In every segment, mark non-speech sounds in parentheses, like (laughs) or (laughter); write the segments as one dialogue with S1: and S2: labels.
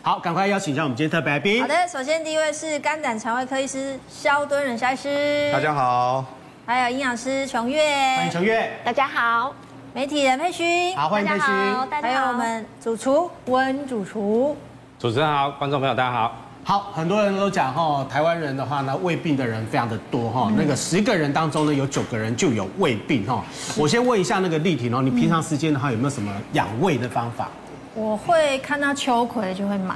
S1: 好，赶快邀请一下我们今天特别来宾
S2: 好。的，首先第一位是肝胆肠胃科医师肖敦仁肖医师，
S3: 大，家好，
S2: 还有营养师琼
S1: 欢迎
S2: 月，
S1: 程月。
S4: 大家好，
S2: 媒体人佩勋，
S1: 好，欢迎佩勋。
S4: 大
S2: 还
S4: 家
S2: 有
S4: 好，
S2: 我们主厨温主厨，
S5: 主持人好，观众朋友大家好。
S1: 好，很多人都讲哈，台湾人的话呢，胃病的人非常的多
S2: 嗯
S1: 哈。那个十个人当中呢，有九个人就有胃病哈。
S2: 嗯
S1: 我先问一下那个丽婷哦，你平常时间的话有没有什么养胃的方法？
S2: 我会看到秋葵就会买，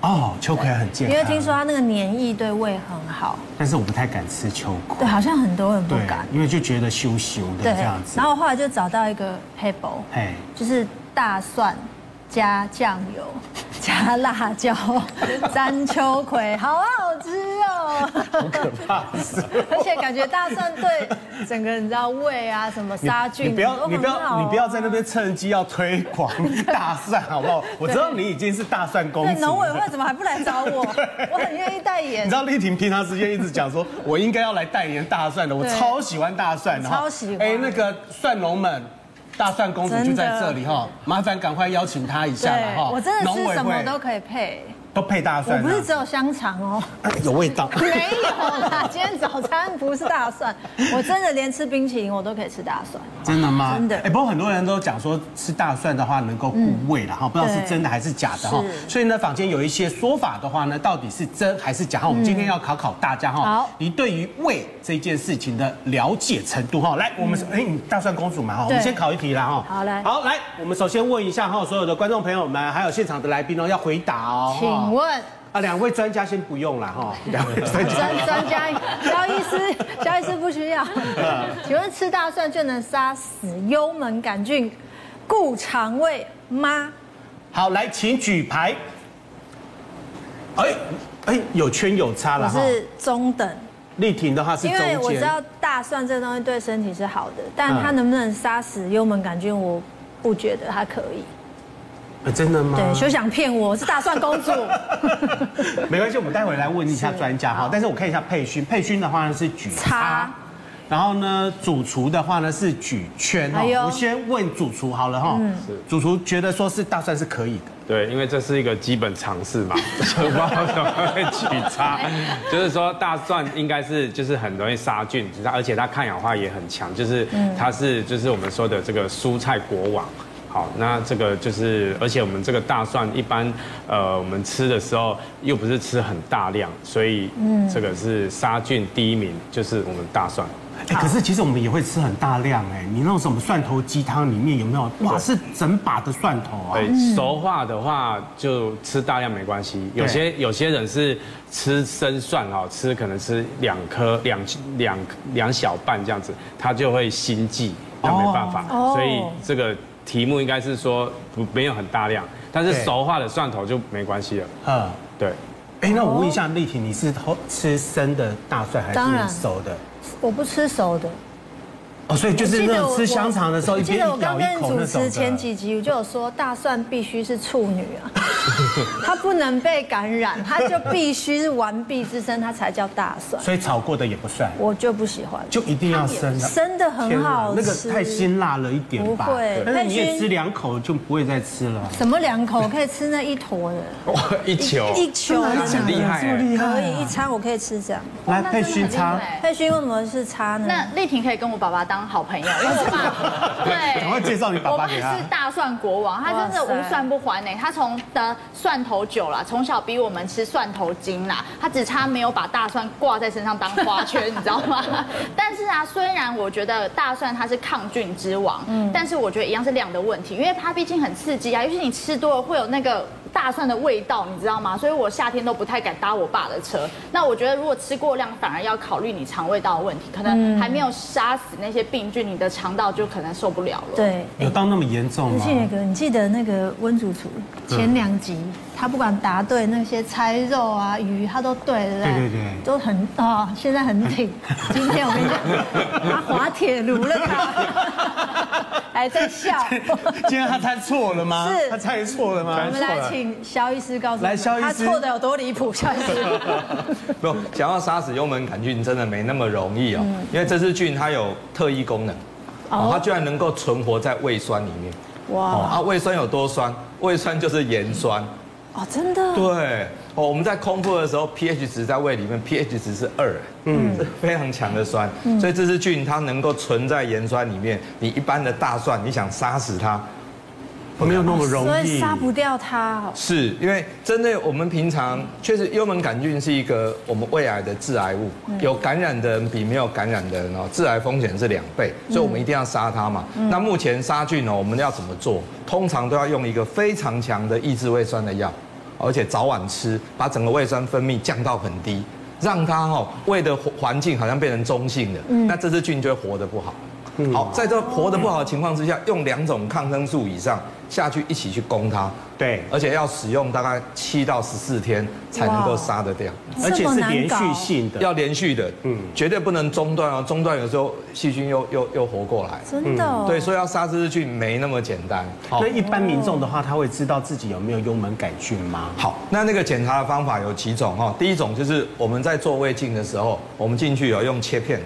S1: 哦，秋葵很健
S2: 因
S1: 康，
S2: 为听说，它那个黏液对胃很好，
S1: 但是我不太敢吃秋葵
S2: 对，，好像很多人不
S1: 对
S2: 敢，，
S1: 因为就觉得羞羞的
S2: 对
S1: 这样，子
S2: 然。后我后来就找到一个 table，
S1: 哎，
S2: 就是大蒜加酱油。加辣椒，沾秋葵，好好吃哦！
S1: 好可怕的事。 (laughs)
S2: 而且感觉大蒜对整个你知道胃啊什么杀菌，
S1: 你不
S2: 都
S1: 要，
S2: 很
S1: 你不
S2: 好
S1: 要，
S2: 啊
S1: 你不要在那边趁机要推
S2: (laughs)
S1: 广大蒜，好不好？我知道你已经是大蒜公
S2: 对
S1: 主。
S2: 农委会怎么还不来找我？我很愿意代言
S1: 你知。道丽婷平常时间一直讲说，我应该要来代言大蒜的，我
S2: 对
S1: 超喜欢大蒜的哈，
S2: 超喜欢
S1: 哎，那个蒜农们，大蒜公主就在这里哈，麻烦赶快邀请她一下来啊哈。
S2: 我真的
S1: 农
S2: 是
S1: 委
S2: 什么
S1: 会
S2: 都可以配，
S1: 都配大
S2: 我
S1: 蒜啊，
S2: 不是只有香
S1: (laughs)
S2: 肠哦，
S1: 有味道。
S2: (laughs) 没有啦。今天早餐不是大蒜，我真的连吃冰淇淋我都可以吃大蒜。
S1: 真的吗？
S2: 真的
S1: 哎、不过很多人都讲说吃大蒜的话能够固胃
S2: 嗯
S1: 了哈，不知道是真的还是假的哈。
S2: 是
S1: 所以呢，坊间有一些说法的话呢，到底是真还是假？哈、我们今天要考考大家哈，
S2: 好
S1: 你对于胃这件事情的了解程度哈。来，我们哎、你大蒜公主嘛哈，我们
S2: 嗯对
S1: 先考一题啦哈。
S2: 好来
S1: 好来，我们首先问一下哈，所有的观众朋友们，还有现场的来宾哦，要回答哦。
S2: 请
S1: (laughs)
S2: 问
S1: 啊，两位专家先不用啦哈，两位专家。
S2: 专专家肖医
S1: (laughs)
S2: 师，肖医师不需要。
S1: 嗯
S2: 请问吃大蒜就能杀死幽门杆菌、顾肠胃吗？
S1: 好，来，请举牌。哎哎，有圈有差
S2: 我
S1: 啊了哈。
S2: 是中等。
S1: 力挺的话是
S2: 因
S1: 中
S2: 为我知
S1: 间，
S2: 道大蒜这东西对身体是好的，但
S1: 嗯
S2: 它能不能杀死幽门杆菌，我不觉得它可以。
S1: 呃真的吗？
S2: 对，休想骗我，我是大蒜
S1: (laughs)
S2: 公主。
S1: 没关系，我们待会来问一下专家哈。但是我看一下佩勋，佩勋的话呢是举
S2: 叉
S1: 叉，然后呢主厨的话呢是举圈
S2: 哎呦嗯
S1: 哦。我先问主厨好了哈，主厨觉得说是大蒜是可以的，
S5: 对，因为这是一个基本常识嘛， (laughs) 所以我不知道怎么会取差。就是说，大蒜应该是就是很容易杀菌，而且它抗氧化也很强，就是它是就是我们说的这个蔬菜国王。好，那这个就是，而且我们这个大蒜一般，呃，我们吃的时候又不是吃很大量，所以这个是杀菌第一名，就是我们大蒜。
S1: 哎，可是其实我们也会吃很大量哎。你那种什么蒜头鸡汤里面有没有？哇，是整把的蒜头啊！
S5: 对，熟化的话就吃大量没关系。有些有些人是吃生蒜哦，吃可能吃两颗两两两小半这样子，他就会心悸，那没办法。
S2: 哦
S5: 所以这个题目应该是说不没有很大量，但是
S1: 对
S5: 熟化的蒜头就没关系了。
S1: 嗯，
S5: 对，
S1: 哎，那我问一下丽婷，你是吃生的大蒜还
S2: 哦当然
S1: 是熟的？
S2: 我不吃熟的。
S1: 哦，所以就是那种吃香肠的时候，
S2: 我
S1: 一
S2: 记
S1: 边
S2: 得我
S1: 一
S2: 刚
S1: 咬一
S2: 跟
S1: 口
S2: 主
S1: 那种
S2: 持
S1: 的。
S2: 前几集我就有说，大蒜必须是处女
S1: (laughs)
S2: 啊，它不能被感染，它就必须是完璧之身，它才叫大蒜。
S1: 所以炒过的也不算，
S2: 我就不喜欢，
S1: 就一定要生的。
S2: 生的
S1: 天
S2: 很
S1: 哪
S2: 好吃。
S1: 那个太辛辣了一点吧？
S2: 不会
S1: 但是你
S2: 佩
S1: 也
S2: 君
S1: 吃两口就不会再吃了。
S2: 什么两口可以吃那一坨的？
S5: 哇，一球
S2: 一球的
S5: 很厉害哎
S1: 厉
S2: 可
S1: 啊
S2: 以一餐我可以吃这样。
S1: 来
S4: 那
S1: 配
S4: 真的很
S1: 熏
S4: 厉
S1: 叉，
S4: 害
S2: 佩勋为什么是叉呢？
S4: 那丽婷可以跟我爸爸当好朋
S1: (laughs)
S4: 友，因为我爸对，
S1: 赶快介绍你爸爸给他
S4: 我爸是大蒜国王，他真的
S2: 哇塞
S4: 无蒜不还呢。他从的蒜头酒啦，从小逼我们吃蒜头精啦，他只差没有把大蒜挂在身上当花圈，你知道 (laughs) 吗？但是啊，虽然我觉得大蒜它是抗菌之王，但是我觉得一样是量的问题，因为它毕竟很刺激啊，尤其你吃多了会有那个。大蒜的味道，你知道吗？所以我夏天都不太敢搭我爸的车。那我觉得，如果吃过量，反而要考虑你肠胃道的问题，可能还没有杀死那些病菌，你的肠道就可能受不了了。
S2: 对，
S1: 有到那么严重
S2: 而
S1: 吗
S2: 且？那个，你记得那个温主厨前两集，他不管答对那些菜肉啊、鱼，他都对，对不对？
S1: 对对对
S2: 都很哦，现在很
S1: (laughs)
S2: 挺。今天我跟你讲，他滑铁卢
S1: (laughs)
S2: 了他，还在笑。
S1: 今天他猜错了吗？
S2: 是
S1: 他猜错了
S2: 我
S1: 吗？
S2: 们来请肖医师告诉我
S1: 来
S2: 们，
S1: 肖医
S2: 他
S1: 师
S2: 错的有多离谱。肖医
S1: (laughs)
S2: 师，
S3: 不，想要杀死幽门杆菌真的没那么容易哦，因为这支菌它有特异功能，哦它居然能够存活在胃酸里面。
S2: 哇
S3: (laughs) 哦，啊，胃酸有多酸？胃酸就是盐酸。
S2: 哦，真的，
S3: 对，哦，我们在空腹的时候，pH 值在胃里面，pH 值是二，嗯，是非常强的酸，所以这支菌它能够存在盐酸里面。你一般的大蒜，你想杀死它，
S1: 没有那么容
S2: 所以
S1: 易。
S2: 杀不掉它哦。
S3: 是因为真的我们平常确实幽门杆菌是一个我们胃癌的致癌物，有感染的人比没有感染的人哦，致癌风险是两倍，所以我们一定要杀它嘛。那目前杀菌呢，我们要怎么做？通常都要用一个非常强的抑制胃酸的药。而且早晚吃，把整个胃酸分泌降到很低，让它哦胃的环境好像变成中性的，那这只菌就会活得不好。好，在这活得不好的情况之下，用两种抗生素以上下去一起去攻它，
S5: 对
S3: 而且要使用大概七到十四天才能够
S2: 哇
S3: 杀得掉。
S1: 而且
S2: 这么
S1: 是
S2: 难
S1: 连续
S2: 搞
S1: 性的，
S3: 要连续的，嗯，绝对不能中断哦，中断有时候细菌又又又活过来，
S2: 真
S1: 嗯
S2: 的、哦
S3: 对，所以要杀这只菌没那么简单。好
S1: 那一般民众的话，他会知道自己有没有幽门杆菌吗？
S3: 好，那那个检查的方法有几种哦。第一种就是我们在做胃镜的时候，我们进去有用切片的。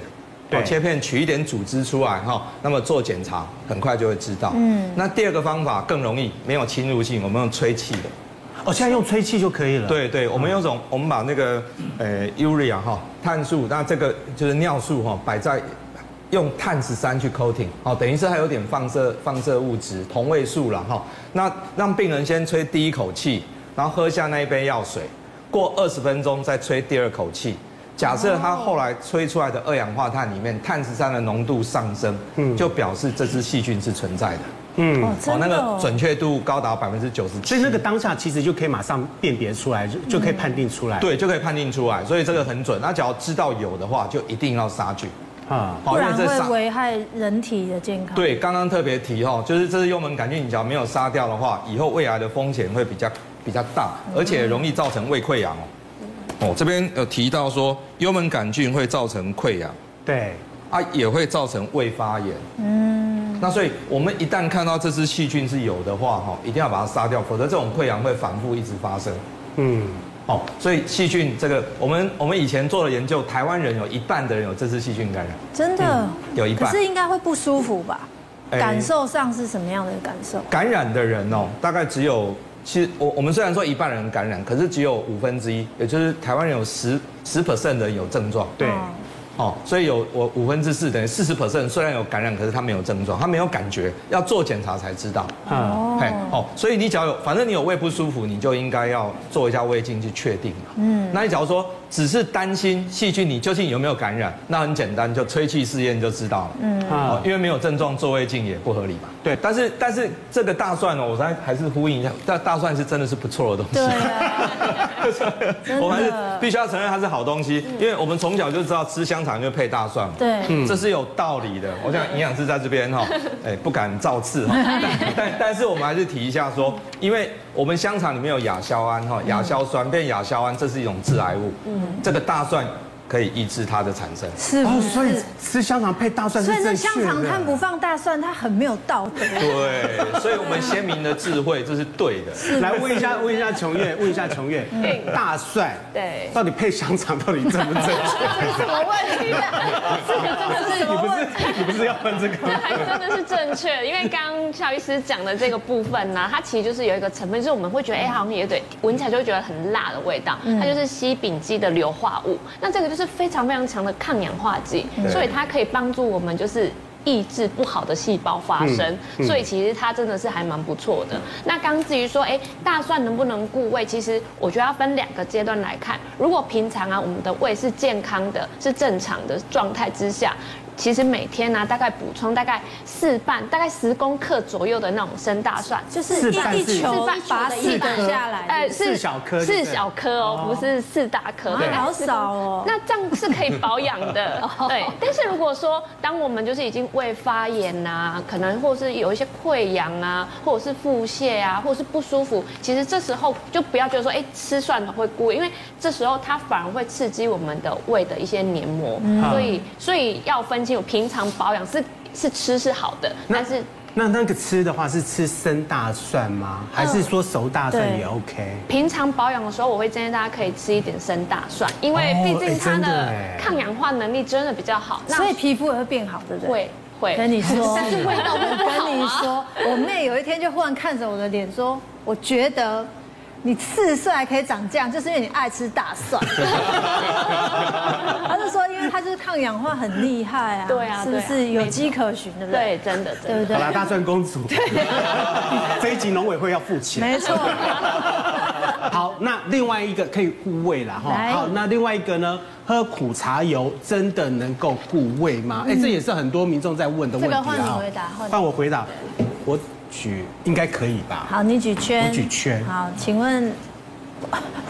S5: 对
S3: 哦切片取一点组织出来哈，那么做检查很快就会知道。嗯，那第二个方法更容易，没有侵入性，我们用吹气的。
S1: 哦，现在用吹气就可
S2: 嗯
S1: 以了。，
S3: 对对，我们用种，我们把那个呃 urea 哈碳素，那这个就是尿素哈，摆在用碳十三去 coating，哦，等于是还有点放射放射物质同位素了哈。那让病人先吹第一口气，然后喝下那一杯药水，过二十分钟再吹第二口气。假设他后来吹出来的二氧化碳里面碳十三的浓度上升，就表示这只细菌是存在的。
S2: 哦，嗯真
S3: 那
S2: 的、
S3: 个准确度高达百分之九十七。
S1: 所以那个当下其实就可以马上辨别出来，就
S2: 嗯
S1: 就可以判定出来。
S3: 对，就可以判定出来，所以这个很准。那只要知道有的话，就一定要杀菌。
S1: 啊，
S2: 不
S3: 因为
S2: 然
S3: 这
S2: 会
S3: 杀
S2: 危害人体的健康。，
S3: 对，刚刚特别提哦，就是这是幽门杆菌，你只要没有杀掉的话，以后胃癌的风险会比较比较大，而且容易造成胃溃疡哦。
S2: 嗯
S3: 哦，这边有提到说幽门杆菌会造成溃疡
S1: 对，
S3: 啊，也会造成胃发炎。嗯，那所以我们一旦看到这只细菌是有的话，哈，一定要把它杀掉，否则这种溃疡会反复一直发生。
S1: 嗯，
S3: 哦，所以细菌这个，我们我们以前做了研究，台湾人有一半的人有这次细菌感染，
S2: 真的、
S3: 有一
S2: 可
S3: 半
S2: 是应该会不舒服吧？
S3: 哎
S2: 感受上是什么样的感受？
S3: 感染的人哦，大概只有，其实我我们虽然说一半人感染，可是只有五分之一，也就是台湾人有十十 percent 的人有症状，
S5: 对，
S2: 哦
S3: 哦，所以有我五分之四等于四十 percent 虽然有感染，可是他没有症状，他没有感觉，要做检查才知道。
S1: 啊，
S3: 嘿，哦，所以你只要有，反正你有胃不舒服，你就应该要做一下胃镜去确定嘛。嗯，那你假如说只是担心细菌，你究竟有没有感染，那很简单，就吹气试验就知道了。嗯，哦
S1: 啊，，
S3: 因为没有症状做胃镜也不合理嘛。
S1: 对
S3: 但是但是这个大蒜哦呢，我才还是呼应一下，大大蒜是真的是不错的东西。 (laughs)
S2: 对啊，真的
S3: 我们还是必须要承认它是好东西，因为我们从小就知道吃香肠就配大蒜嘛。
S2: 对，
S3: 这是有道理的。我想营养师在这边哈，哎，不敢造次哈，但但但是我们还是提一下说，因为我们香肠里面有亚硝胺哈，亚硝酸变亚硝胺，这是一种致癌物。嗯，这个大蒜可以抑制它的产生。
S2: 是
S1: 哦，
S2: 不
S1: 所以
S2: 是？
S1: 吃香肠配大蒜是
S2: 所以
S1: 正
S2: 那
S1: 确
S2: 香肠
S1: 的
S2: 摊不放大蒜，它很没有道德。
S3: 对，所以我们先民的智慧这是对的。
S1: 来问一下，问一下琼月，问一下琼月，
S2: 嗯
S1: 大蒜
S4: 对
S1: 到底配香肠到底正不正确？
S2: (laughs)
S4: 这是什么问题啊？这个真的是
S1: 你不是你不是要问这个吗？
S6: 还真的是正确的，因为刚刚夏医师讲的这个部分呢、它其实就是有一个成分，就是我们会觉得，哎、好像也对，闻起来就会觉得很辣的味道，它就是西丙基的硫化物，那这个就是非常非常强的抗氧化剂，所以它可以帮助我们就是。抑制不好的细胞发生，所以其实它真的是还蛮不错的。那刚至于说，哎，大蒜能不能固胃？其实我觉得要分两个阶段来看。如果平常啊，我们的胃是健康的，是正常的状态之下，其实每天呢、大概补充大概四瓣，大概十公克左右的那种生大蒜，
S2: 就是
S1: 示范
S2: 一
S1: 是
S2: 一球
S6: 示范
S2: 把它
S6: 示
S2: 细
S6: 范
S2: 打下来，
S6: 呃
S1: 四小颗就对
S6: 四小颗哦，不是四大颗，大概
S2: 好
S6: 是
S2: 少哦。
S6: (laughs) 那这样是可以保养
S2: (laughs)
S6: 的，对。但是如果说当我们就是已经胃发炎啊，可能或是有一些溃疡啊，或者是腹泻啊，或者是不舒服，其实这时候就不要觉得说，哎、吃蒜头会过瘾，因为这时候它反而会刺激我们的胃的一些黏膜，
S1: 嗯
S6: 所以所以要分清楚，平常保养是是吃是好的，
S1: 那
S6: 但是
S1: 那那个吃的话是吃生大蒜吗？还是说熟大蒜
S2: 嗯对
S1: 也 OK？
S6: 平常保养的时候，我会建议大家可以吃一点生大蒜，因为
S1: 哦
S6: 毕竟
S1: 哎
S6: 它
S1: 真的
S6: 的
S1: 哎
S6: 抗氧化能力真的比较好。那
S2: 所以皮肤也会变好，对不对？
S6: 会会
S2: 跟你说，
S6: 哎 (laughs) 但是味道
S2: 我
S6: 不好
S2: 跟你
S6: 啊。
S2: 说，我妹有一天就忽然看着我的脸说：“我觉得你四十岁还可以长这样，就是因为你爱吃大蒜。 (laughs) 他就说，因为他就是抗氧化很厉害啊，
S6: 对啊
S2: 是不
S6: 对啊
S2: 是有迹可循，对不对？
S6: 对，真的真
S2: 对
S6: 的
S2: 不。
S1: 好
S2: 对？
S1: 啦，大蒜公主， (laughs) 这一集农委会要付钱。
S2: 没错，
S1: 好，那另外一个可以护胃啦哈。
S2: 来
S1: 好，那另外一个呢，喝苦茶油真的能够护胃吗？哎，这也是很多民众在问的问题啊。
S2: 嗯这个换你回答换你
S1: 换我回答，我举应该可以吧？
S2: 好，你举圈，
S1: 我举圈
S2: 好，请问，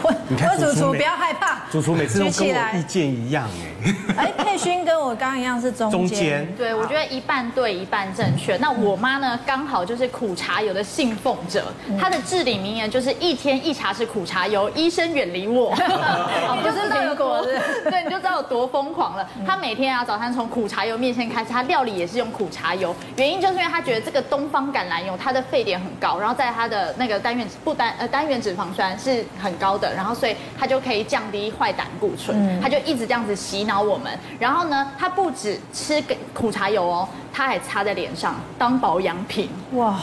S2: 我
S1: 你看
S2: 我主
S1: 主厨
S2: 厨
S1: 没
S2: 不要害怕，
S1: 主厨每次都跟
S2: 举起
S1: 我意
S2: 来。
S1: 见一样哎。
S2: 哎，佩勋跟我刚刚一样是中
S1: 中间
S2: 间，
S4: 对，我觉得一半对一半正确。那我妈呢，刚好就是苦茶油的信奉者，她的至理名言就是一天一茶是苦茶油，医生远离 (laughs) 我。哦你
S2: 不是苹果
S4: 就知道有多 (laughs) 对，你就知道有多疯狂了。
S2: 嗯
S4: 她每天啊早餐从苦茶油面线开始，她料理也是用苦茶油，原因就是因为她觉得这个东方橄榄油它的沸点很高，然后在它的那个单元不单呃单元脂肪酸是很高的，然后所以它就可以降低坏胆固醇，
S2: 嗯
S4: 她就一直这样子洗脑我们。然后呢，她不止吃个苦茶油哦，她还擦在脸上当保养品。
S2: 哇，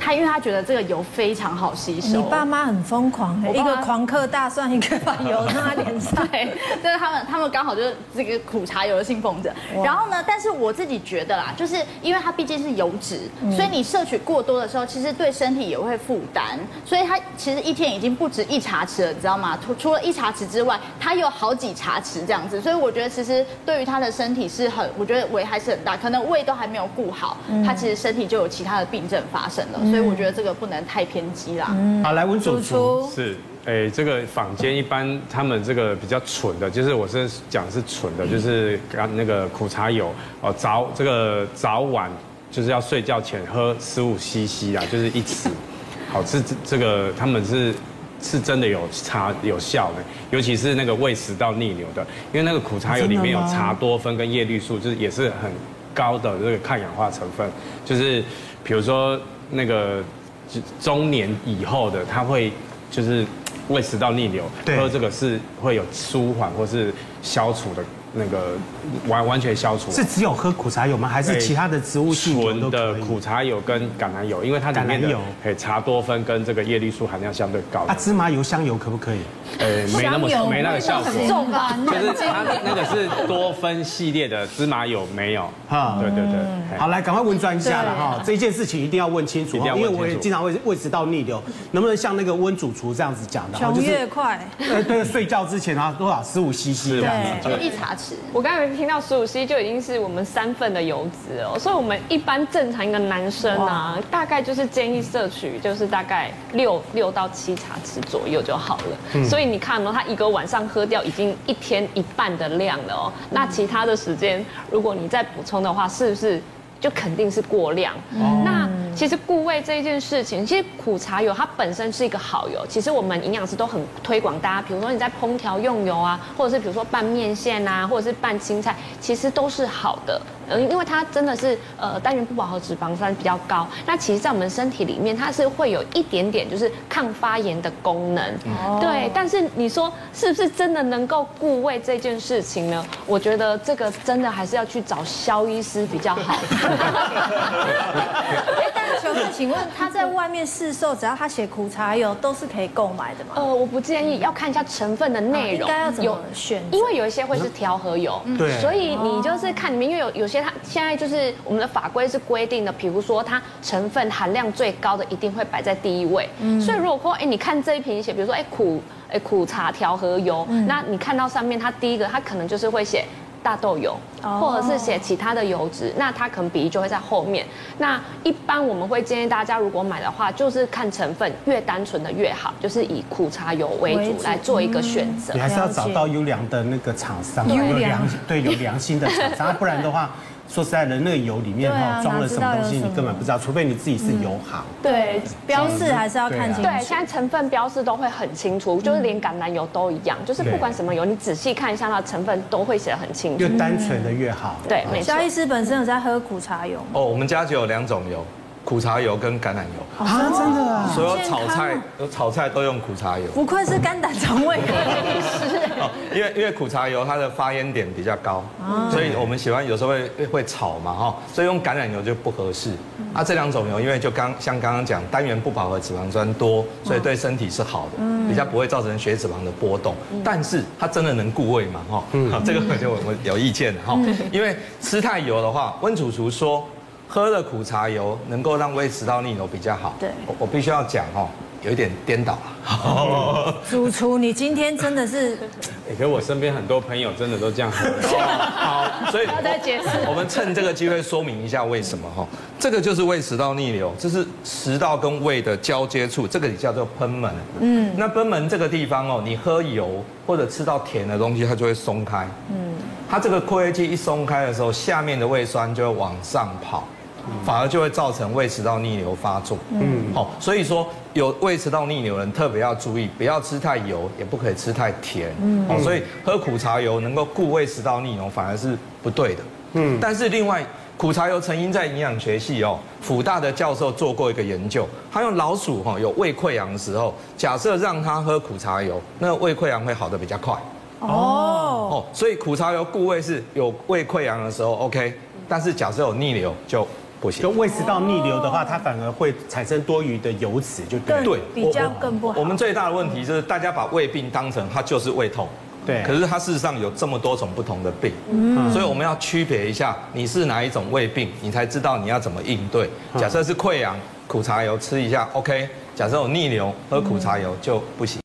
S4: 她因为她觉得这个油非常好吸收。
S2: 你爸妈很疯狂，
S4: 我
S2: 一
S4: 爸妈
S2: 个狂嗑大蒜，一个把油弄在脸上。
S4: (laughs) 对，就是他们，他们刚好就是这个苦茶油的信奉者。
S2: 哇
S4: 然后呢，但是我自己觉得啦，就是因为它毕竟是油脂，所以你摄取过多的时候，其实对身体也会负担。所以它其实一天已经不止一茶匙了，你知道吗？除除了一茶匙之外，它有好几茶匙这样子。所以我觉得其实对于他的身体是很，我觉得危害是很大，可能胃都还没有顾好，他其实身体就有其他的病症发生了。所以我觉得这个不能太偏激啦。
S1: 好，来问主
S2: 嗯主
S1: 厨。
S2: 厨，
S5: (laughs) 是，诶，这个坊间一般他们这个比较纯的，就是我是讲是纯的，就是刚那个苦茶油哦，早这个早晚就是要睡觉前喝十五 CC 啊，就是一匙。好，这这这个他们是是真的有差有效的，尤其是那个胃食道逆流的，因为那个苦茶油里面有茶多酚跟叶绿素，就是也是很高的这个抗氧化成分，就是比如说那个就中年以后的，他会就是胃食道逆流，
S1: 对
S5: 喝这个是会有舒缓或是消除的那个完完全消除。
S1: 是只有喝苦茶油吗？还是
S5: 对
S1: 其他的植物性油
S5: 纯
S1: 都
S5: 的
S1: 可以
S5: 苦茶油跟橄榄油，因为它里
S1: 橄
S5: 面
S1: 榄
S5: 的
S1: 油
S5: 嘿茶多酚跟这个叶绿素含量相对高
S1: 啊，，芝麻油、香油可不可以？
S5: 呃，没那
S2: 香油
S5: 么没那个效
S2: 味道很
S5: 果。
S2: 重吧？
S5: 就是它那个是多酚系列的芝麻油没有，
S1: 哈
S5: 对对对，
S2: 嗯
S5: 嘿
S1: 好，来赶快问专家了
S2: 对
S1: 哈，这件事情一定要问清楚
S5: 一定
S1: 哈，
S5: 要
S1: 因为
S5: 问
S1: 我
S5: 清
S1: 也
S5: 楚
S1: 经常会胃食道逆流，哦能不能像那个温主厨这样子讲的哈？
S2: 穷越快，
S1: 呃对，睡觉之前啊多少十五 CC 这样
S2: 对
S5: 啊
S1: 子。
S4: 就是一茶匙。
S6: 我刚才听到十五 C 就已经是我们三份的油脂哦，所以我们一般正常一个男生啊，大概就是建议摄取就是大概六六到七茶匙左右就好了。所以你看哦，他一个晚上喝掉已经一天一半的量了哦，那其他的时间如果你再补充的话，是不是？就肯定是过量。那其实固胃这一件事情，其实苦茶油它本身是一个好油，其实我们营养师都很推广大家，比如说你在烹调用油啊，或者是比如说拌面线啊，或者是拌青菜，其实都是好的。呃，因为它真的是呃单元不饱和脂肪酸比较高，那其实在我们身体里面它是会有一点点就是抗发炎的功能。对，但是你说是不是真的能够固胃这件事情呢？我觉得这个真的还是要去找肖医师比较好。
S2: 哎，但求问，请问他在外面市售，只要他写苦茶油，都是可以购买的吗？
S6: 呃，我不建议，要看一下成分的内
S2: 啊应
S6: 容，
S2: 该要怎么
S6: 有
S2: 选择
S6: 因为有一些会是调和油，
S2: 嗯
S1: 对
S6: 所以你就是看里面，因为有有些它现在就是我们的法规是规定的，比如说它成分含量最高的一定会摆在第一位，
S2: 嗯
S6: 所以如果说哎你看这一瓶写，比如说哎苦哎苦茶调和油，
S2: 嗯
S6: 那你看到上面它第一个它可能就是会写。大豆油，
S2: 哦
S6: 或者是写其他的油脂，那它可能比例就会在后面。那一般我们会建议大家，如果买的话，就是看成分，越单纯的越好，就是以苦茶油为
S2: 为
S6: 主
S2: 主嗯
S6: 来做一个选择
S1: 你。还是要找
S2: 了解
S1: 到优良的那个厂商，
S2: 优
S1: 有
S2: 良
S1: 良对有良心的厂
S2: (laughs)
S1: 商，啊不然的话，说实在的，那个油里面
S2: 对啊
S1: 哈装了什么东西，
S2: 哪知道有什么
S1: 你根本不知道，除非你自己是油行。
S6: 对
S2: 标示还是要看清
S6: 对，
S2: 楚。
S6: 现在成分标示都会很清楚，就是连橄榄油都一样，就是不管什么油，你仔细看一下它的成分都会写得很
S2: 嗯
S6: 清楚
S1: 越。单纯的越好。
S6: 对，没错
S2: 肖。医师本身有在喝苦茶油吗？
S3: 哦，我们家就有两种油，苦茶油跟橄榄油，
S1: 啊，真的啊。
S3: 所有炒菜有炒菜都用苦茶油。
S2: 不愧是肝胆肠胃科医师，
S3: 哦，因为因为苦茶油它的发烟点比较高，所以我们喜欢有时候会会炒嘛哈，所以用橄榄油就不合适。啊，这两种油因为就刚像刚刚讲，单元不饱和脂肪酸多，所以对身体是好的，比较不会造成血脂肪的波动。但是它真的能固胃嘛哈？好这个我就我我有意见了哈， (laughs) 因为吃太油的话，温主厨说。喝了苦茶油能够让胃食道逆流比较好。
S2: 对
S3: 我我必须要讲哦，有一点颠倒了。
S2: 主厨，你今天真的是
S5: 欸可是我身边很多朋友真的都这样喝。
S2: (laughs)
S6: (laughs)
S3: 好，所以
S6: 不要再解释
S3: 我们趁这个机会说明一下为什么哈，这个就是胃食道逆流，这是食道跟胃的交接处，这个也叫做贲门。嗯，那贲门这个地方哦，你喝油或者吃到甜的东西，它就会松开。嗯，它这个括约肌一松开的时候，下面的胃酸就会往上跑。反而就会造成胃食道逆流发作。嗯，好，所以说有胃食道逆流的人特别要注意，不要吃太油，也不可以吃太甜。嗯，好，所以喝苦茶油能够固胃食道逆流，反而是不对的。嗯，但是另外。苦茶油成因在营养学系哦，辅大的教授做过一个研究，他用老鼠哈、哦、有胃溃疡的时候，假设让他喝苦茶油，那个胃溃疡会好的比较快。
S2: 哦，
S3: 哦，所以苦茶油固胃是有胃溃疡的时候 OK，但是假设有逆流就不行
S1: 就。胃食道逆流的话，它反而会产生多余的油脂，就对了。
S3: 对
S2: 更比较更不好。
S3: 我们最大的问题就是大家把胃病当成它就是胃痛，
S1: 对
S3: 可是它事实上有这么多种不同的病，嗯，所以我们要区别一下你是哪一种胃病，你才知道你要怎么应对。假设是溃疡，苦茶油吃一下 OK，假设有逆流，喝苦茶油就不行。